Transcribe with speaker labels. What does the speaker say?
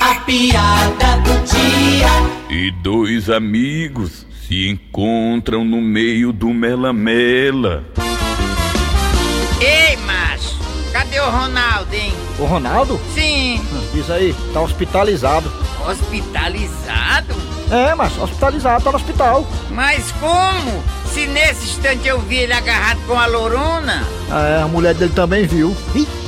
Speaker 1: A piada do dia.
Speaker 2: E dois amigos se encontram no meio do mela-mela.
Speaker 3: Ei, macho, cadê o Ronaldo, hein?
Speaker 4: O Ronaldo?
Speaker 3: Sim,
Speaker 4: Diz aí, tá hospitalizado.
Speaker 3: hospitalizado?
Speaker 4: É, mas hospitalizado, tá no hospital.
Speaker 3: Mas como? Se nesse instante eu vi ele agarrado com a lorona?
Speaker 4: É, a mulher dele também viu. Ih,